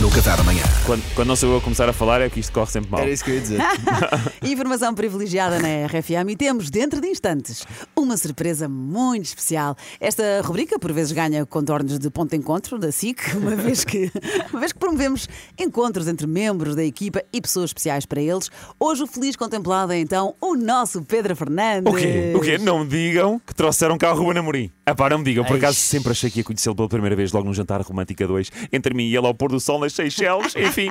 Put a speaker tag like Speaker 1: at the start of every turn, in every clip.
Speaker 1: no Café da Manhã.
Speaker 2: Quando, quando não sou eu a começar a falar, é que isto corre sempre mal.
Speaker 3: Era isso que eu ia dizer.
Speaker 4: Informação privilegiada na RFM e temos dentro de instantes uma surpresa muito especial. Esta rubrica por vezes ganha contornos de ponto de encontro da SIC, uma vez que, uma vez que promovemos encontros entre membros da equipa e pessoas especiais para eles. Hoje o feliz contemplado é então o nosso Pedro Fernandes.
Speaker 2: O quê? O quê? Não me digam que trouxeram cá o Ruben Amorim. Ah pá, não me digam. Por acaso sempre achei que ia conhecê-lo pela primeira vez logo num jantar romântica 2, entre mim e ele ao pôr do sol nas Seychelles. Enfim,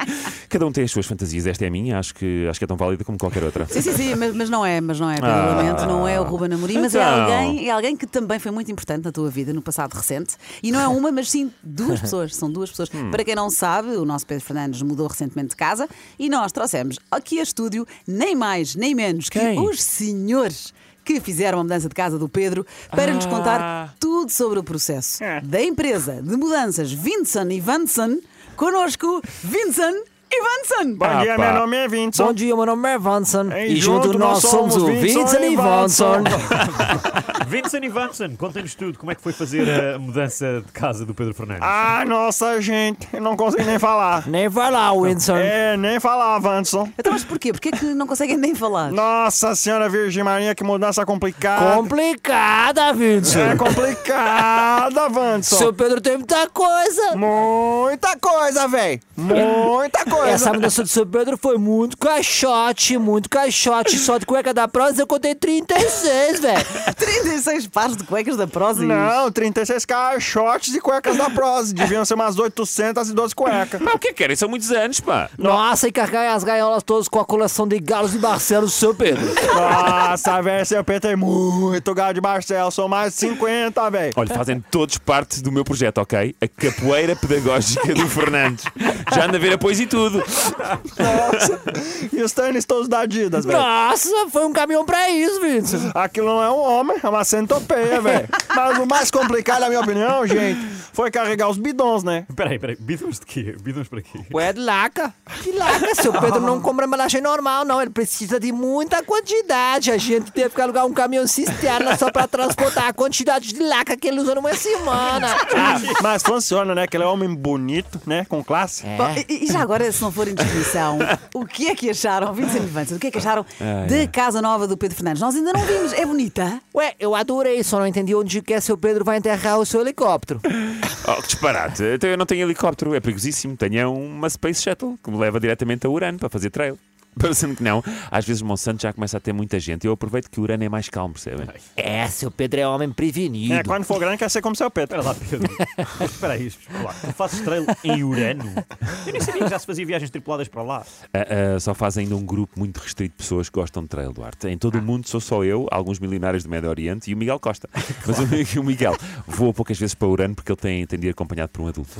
Speaker 2: cada um tem as suas fantasias. Esta é a minha, acho que, acho que é tão válida como qualquer outra.
Speaker 4: Sim, sim, sim, mas, mas não é, mas não é, Pedro,
Speaker 2: Ah.
Speaker 4: lamento, não é o Ruben Amorim, mas é,
Speaker 2: Então.
Speaker 4: alguém, é alguém que também foi muito importante na tua vida no passado recente. E não é uma, mas sim duas pessoas, são duas pessoas.
Speaker 2: Hum.
Speaker 4: Para quem não sabe, o nosso Pedro Fernandes mudou recentemente de casa e nós trouxemos aqui a estúdio, nem mais, nem menos
Speaker 2: Quem?
Speaker 4: que os senhores que fizeram a mudança de casa do Pedro para nos
Speaker 2: Ah. É.
Speaker 4: contar tudo sobre o processo da empresa de mudanças Vinson e Vanson. Connosco, Vinson e Vanson!
Speaker 2: Ah,
Speaker 5: Bom dia,
Speaker 2: pá.
Speaker 5: meu nome é Vincent.
Speaker 3: Bom dia, meu nome é Vanson.
Speaker 5: E
Speaker 3: E junto
Speaker 5: junto
Speaker 3: nós somos o Vincent e Vanson.
Speaker 6: Vincent e Vanson, contem-nos tudo. Como é que foi fazer a mudança de casa do Pedro Fernandes?
Speaker 5: Ah, nossa gente, eu não consigo nem falar.
Speaker 3: Nem vai lá, Winston.
Speaker 5: É, nem falar, Vanson.
Speaker 4: Então, mas porquê? Porquê é que não conseguem nem falar?
Speaker 5: Nossa senhora Virgem Maria, que mudança complicada.
Speaker 3: Complicada,
Speaker 5: É
Speaker 3: Vincent.
Speaker 5: complicada,
Speaker 3: Seu
Speaker 5: Vanson.
Speaker 3: Pedro tem muita coisa.
Speaker 5: Muita coisa, véi. Muita coisa.
Speaker 3: Essa mudança do seu Pedro foi muito caixote, muito caixote. Só de cueca da prosa eu contei 36, velho.
Speaker 4: 36 pares de cuecas da Prozis.
Speaker 5: Não, 36 caixotes de cuecas da Prose. Deviam ser umas 812 cuecas.
Speaker 2: Pá, o que é que querem? São muitos anos, pá.
Speaker 3: Nossa, e carreguei as gaiolas todas com a coleção de galos de Barcelos do seu Pedro.
Speaker 5: Nossa, velho, seu Pedro tem muito gado de Marcelo. São mais de 50, véi.
Speaker 2: Olha, fazem todos parte do meu projeto, ok? A capoeira pedagógica do Fernandes. Já anda a ver apoios e tudo.
Speaker 5: E os tênis todos da Adidas, véi.
Speaker 3: Nossa, foi um caminhão pra isso, Vincent.
Speaker 5: Aquilo não é um homem, é uma centopeia, velho. Mas o mais complicado, na minha opinião, gente, foi carregar os bidons, né?
Speaker 6: Peraí, peraí, bidons de quê? Bidons para quê?
Speaker 3: Ué, de laca. Que laca, seu Pedro não compra embalagem normal, não. Ele precisa de muita quantidade. A gente teve que alugar um caminhão cisterna só pra transportar a quantidade de laca que ele usa numa semana.
Speaker 6: Ah.
Speaker 5: Mas funciona, né? Que ele é um homem bonito, né? Com classe.
Speaker 6: É.
Speaker 4: Bom, e, e já agora, se não for indiscrição, o que é que acharam, Vincent Vanson, o que é que acharam da casa nova do Pedro Fernandes? Nós ainda não vimos, é bonita?
Speaker 3: Ué, eu adorei, só não entendi onde que é seu Pedro vai enterrar o seu helicóptero.
Speaker 2: Oh, que disparate. Então eu não tenho helicóptero, é perigosíssimo. Tenho uma Space Shuttle que me leva diretamente a Urano para fazer trail. Parecendo que não, às vezes Monsanto já começa a ter muita gente. Eu aproveito que o Urano é mais calmo, percebem?
Speaker 3: É, seu Pedro é homem prevenido.
Speaker 5: É, quando for grande, quer ser como seu Pedro.
Speaker 6: Espera lá, Pedro. Mas espera aí, espera lá. Tu fazes trail em Urano? Eu nem sabia que já se fazia viagens tripuladas para lá.
Speaker 2: Ah, ah, só faz ainda um grupo muito restrito de pessoas que gostam de trail, Duarte. Em todo o mundo sou só eu, alguns milionários do Médio Oriente e o Miguel Costa. Mas o, o Miguel voa poucas vezes para Urano porque ele tem, tem de ir acompanhado por um adulto.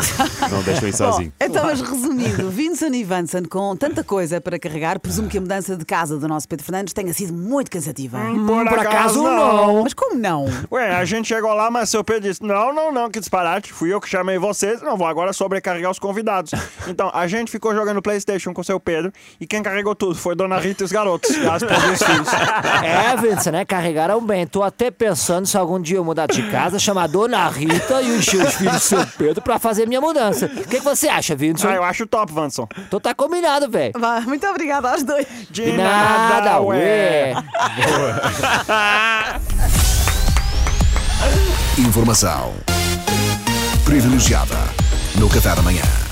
Speaker 2: Não o deixam ir sozinho.
Speaker 4: Bom, então, mas resumindo, Vincent e Vanson, com tanta coisa para carregar, presumo que a mudança de casa do nosso Pedro Fernandes tenha sido muito cansativa.
Speaker 5: Por,
Speaker 4: Mas como Hum, não?
Speaker 5: Ué, a gente chegou lá, mas seu Pedro disse: Não, não, não, que disparate. Fui eu que chamei vocês. Não vou agora sobrecarregar os convidados. Então, a gente ficou jogando PlayStation com seu Pedro. E quem carregou tudo foi Dona Rita e os garotos. E as pobres filhos.
Speaker 3: É, Vincent, né? Carregaram bem. Tô até pensando se algum dia eu mudar de casa, chamar a Dona Rita e os seus filhos do seu Pedro pra fazer minha mudança. O que, que você acha, Vincent?
Speaker 5: Ah, eu acho top, Vanson.
Speaker 3: Então tá combinado, velho.
Speaker 4: Vá, muito obrigada aos dois.
Speaker 5: De,
Speaker 3: De nada,
Speaker 5: ué.
Speaker 3: ué.
Speaker 1: Informação privilegiada no Café da Manhã.